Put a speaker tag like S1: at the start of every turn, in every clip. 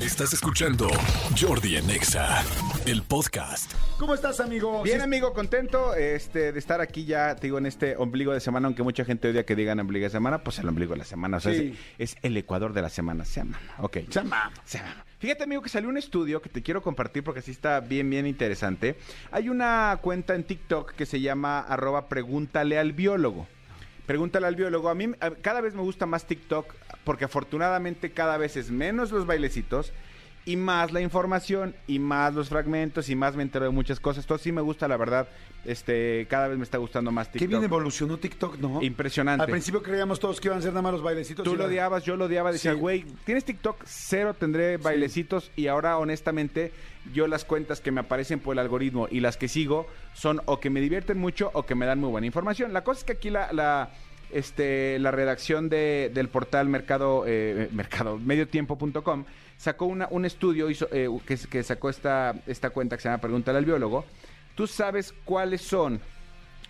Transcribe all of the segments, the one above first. S1: Estás escuchando Jordi en EXA, el podcast.
S2: ¿Cómo estás, amigo?
S3: Bien, amigo, contento este, de estar aquí ya, te digo, en este ombligo de semana, aunque mucha gente odia que digan ombligo de semana, pues el ombligo de la semana, o sea,
S2: Sí.
S3: es, es el Ecuador de la semana, se llama. Ok.
S2: Se llama.
S3: Se llama. Fíjate, amigo, que salió un estudio que te quiero compartir porque sí está bien, bien interesante. Hay una cuenta en TikTok que se llama arroba pregúntale al biólogo. Pregúntale al biólogo. A mí a- cada vez me gusta más TikTok porque afortunadamente cada vez es menos los bailecitos y más la información y más los fragmentos y más me entero de muchas cosas. Todo sí me gusta, la verdad. Este, cada vez me está gustando más TikTok.
S2: Qué bien evolucionó TikTok, ¿no?
S3: Impresionante.
S2: Al principio creíamos todos que iban a ser nada más los bailecitos.
S3: Tú
S2: y
S3: lo
S2: la-
S3: odiabas, yo lo odiaba. Decía,
S2: Sí.
S3: güey, ¿tienes TikTok? Cero tendré bailecitos. Y ahora, honestamente, yo las cuentas que me aparecen por el algoritmo y las que sigo son o que me divierten mucho o que me dan muy buena información. La cosa es que aquí la. la este, la redacción de- del portal mercado, eh, mercado mediotiempo.com sacó una- un estudio hizo, eh, que, que sacó esta, esta cuenta que se llama Pregúntale al biólogo. ¿Tú sabes cuáles son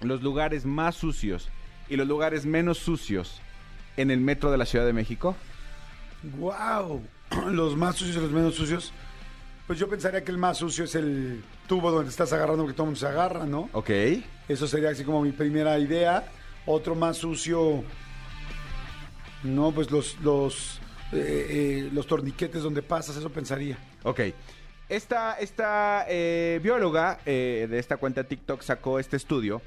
S3: los lugares más sucios y los lugares menos sucios en el metro de la Ciudad de México?
S2: ¡Guau! Los más sucios y los menos sucios. Pues yo pensaría que el más sucio es el tubo donde estás agarrando que todo el mundo se agarra, ¿no?
S3: Ok.
S2: Eso sería así como mi primera idea. Otro más sucio. No, pues los, los, eh, eh, los torniquetes donde pasas, eso pensaría.
S3: Ok. Esta, esta eh, bióloga eh, de esta cuenta TikTok sacó este estudio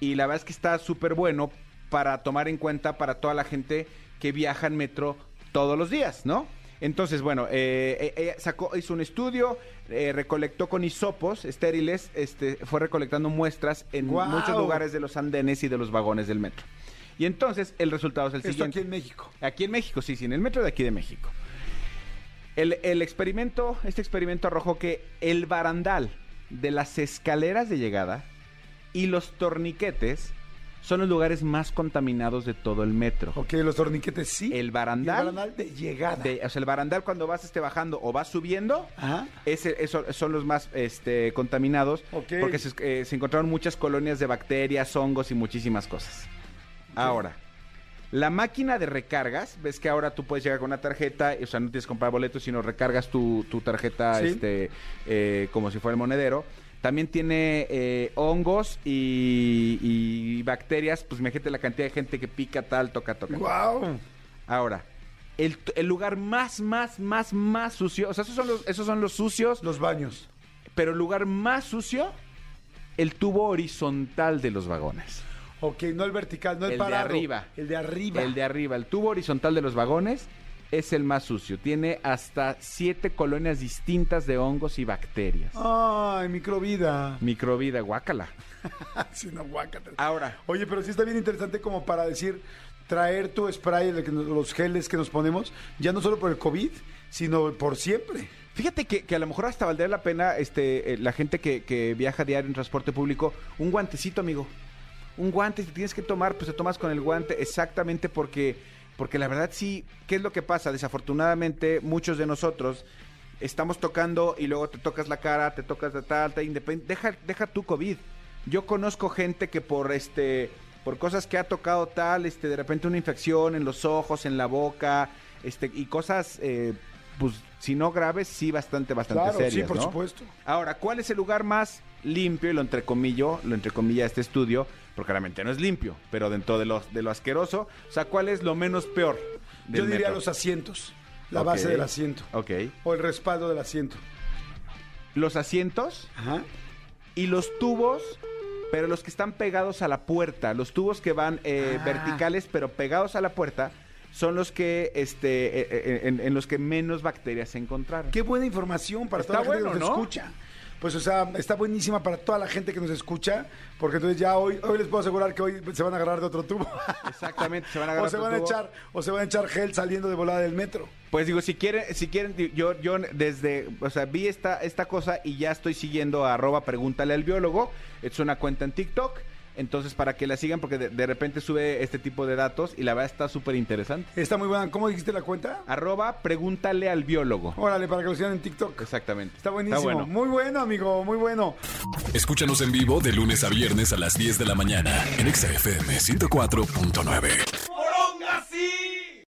S3: y la verdad es que está súper bueno para tomar en cuenta para toda la gente que viaja en metro todos los días, ¿no? Entonces, bueno, eh, eh, ella sacó, hizo un estudio, eh, recolectó con hisopos estériles, este, fue recolectando muestras en
S2: ¡Guau!
S3: muchos lugares de los andenes y de los vagones del metro. Y entonces el resultado es el
S2: Esto
S3: siguiente.
S2: aquí en México.
S3: Aquí en México, sí, sí, en el metro de aquí de México. El, el experimento, este experimento arrojó que el barandal de las escaleras de llegada y los torniquetes son los lugares más contaminados de todo el metro.
S2: Ok, los torniquetes sí.
S3: El
S2: Y el
S3: barandal,
S2: barandal de llegada.
S3: de- o sea, el barandal cuando vas este, bajando o vas subiendo,
S2: Ajá.
S3: ese, eso- son los más este, contaminados
S2: Ok.
S3: porque se, eh, se encontraron muchas colonias de bacterias, hongos y muchísimas cosas. Ahora, la máquina de recargas, ves que ahora tú puedes llegar con una tarjeta, o sea, no tienes que comprar boletos, sino recargas tu, tu tarjeta
S2: Sí.
S3: este, eh, como si fuera el monedero. También tiene eh, hongos y, y bacterias, pues imagínate la cantidad de gente que pica tal, toca, toca.
S2: ¡Guau!
S3: Mm. Ahora, el, el lugar más, más, más, más sucio, o sea, esos son los, esos son los sucios,
S2: Los baños.
S3: pero el lugar más sucio, el tubo horizontal de los vagones.
S2: Ok, no el vertical, no el,
S3: El de
S2: parado.
S3: arriba.
S2: El de arriba.
S3: El de arriba, el tubo horizontal de los vagones es el más sucio. Tiene hasta siete colonias distintas de hongos y bacterias.
S2: Oh. Ay, microvida. Ah,
S3: Microvida, guácala.
S2: Sí, no, guácatela.
S3: Ahora,
S2: Oye, pero sí está bien interesante como para decir, traer tu spray, el que nos- los geles que nos ponemos, ya no solo por el COVID, sino por siempre.
S3: fíjate que, que a lo mejor hasta valdría la pena este, eh, la gente que, que viaja diario en transporte público, un guantecito, amigo. Un guante, si te tienes que tomar, pues te tomas con el guante exactamente porque, porque la verdad sí, ¿qué es lo que pasa? Desafortunadamente, muchos de nosotros estamos tocando y luego te tocas la cara, te tocas la tal, te independ- Deja, deja tu COVID. Yo conozco gente que por este. Por cosas que ha tocado tal, este, de repente una infección en los ojos, en la boca, este, y cosas, eh, pues, si no graves, sí bastante, bastante
S2: Claro,
S3: serias,
S2: sí, por
S3: ¿no?
S2: supuesto.
S3: Ahora, ¿cuál es el lugar más limpio? Y lo entrecomillo, lo entrecomilla este estudio, porque realmente no es limpio, pero dentro de lo, de lo asqueroso, o sea, ¿cuál es lo menos peor?
S2: Yo
S3: del
S2: diría
S3: metro?
S2: los asientos, la
S3: Ok.
S2: base del asiento.
S3: Ok.
S2: O el respaldo del asiento.
S3: Los asientos
S2: Ajá.
S3: y los tubos, pero los que están pegados a la puerta, los tubos que van eh,
S2: Ah.
S3: verticales, pero pegados a la puerta, son los que, este, eh, eh, en, en los que menos bacterias se encontraron.
S2: Qué buena información para
S3: Está
S2: toda la gente
S3: bueno,
S2: que nos
S3: ¿no?
S2: escucha. Pues, o sea, está buenísima para toda la gente que nos escucha, porque entonces ya hoy, hoy les puedo asegurar que hoy se van a agarrar de otro tubo.
S3: Exactamente, se van a agarrar
S2: o se
S3: otro
S2: van a
S3: tubo.
S2: echar, o se van a echar gel saliendo de volada del metro.
S3: Pues digo, si quieren, si quieren, di- yo, yo desde, o sea, vi esta, esta cosa y ya estoy siguiendo a arroba pregúntale al biólogo. Es una cuenta en TikTok. Entonces, para que la sigan, porque de, de repente sube este tipo de datos y la verdad está súper interesante.
S2: Está muy buena. ¿Cómo dijiste la cuenta?
S3: Arroba pregúntale al biólogo.
S2: Órale, para que lo sigan en TikTok.
S3: Exactamente.
S2: Está buenísimo.
S3: bueno.
S2: Muy bueno, amigo, muy bueno.
S1: Escúchanos en vivo de lunes a viernes a las 10 de la mañana en Exa FM 104.9.